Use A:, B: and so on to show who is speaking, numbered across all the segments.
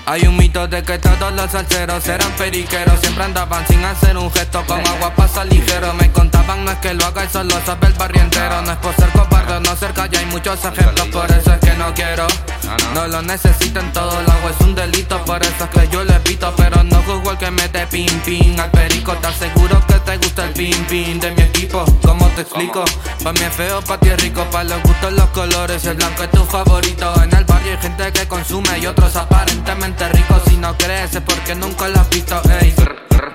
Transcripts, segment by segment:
A: Hay un mito de que todos los salseros eran periqueros Siempre andaban sin hacer un gesto Con agua pasa ligero Me contaban no es que lo haga y solo sabe el barrio entero No es por ser cobarde, no ser ya hay muchos ejemplos Por eso es que no quiero Ah, No lo necesitan todo el agua es un delito Por eso es que yo lo evito Pero no juzgo al que mete pin pin Al perico te aseguro que te gusta el pin pin De mi equipo, ¿cómo te explico? Pa' mí es feo, pa' ti es rico Pa' los gustos los colores, el blanco es tu favorito En el barrio hay gente que consume y otros aparentemente ricos Si no crees es porque nunca lo has visto, ey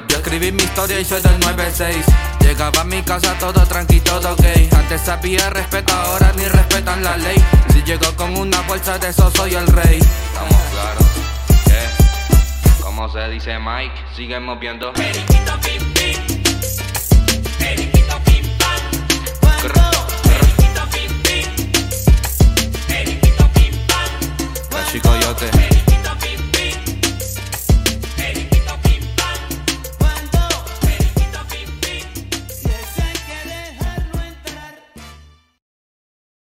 A: Yo escribí mi historia y soy del 96 Llegaba a mi casa todo tranqui, todo gay Antes sabía respeto, ahora ni respetan la ley Si llego con una bolsa de eso soy el rey
B: Estamos claros, ¿eh? Como se dice Mike, sigue moviendo.
C: Periquito pim pim, periquito pim pam, cuando. Periquito pim pim, periquito pim pam,
A: La chicoyote.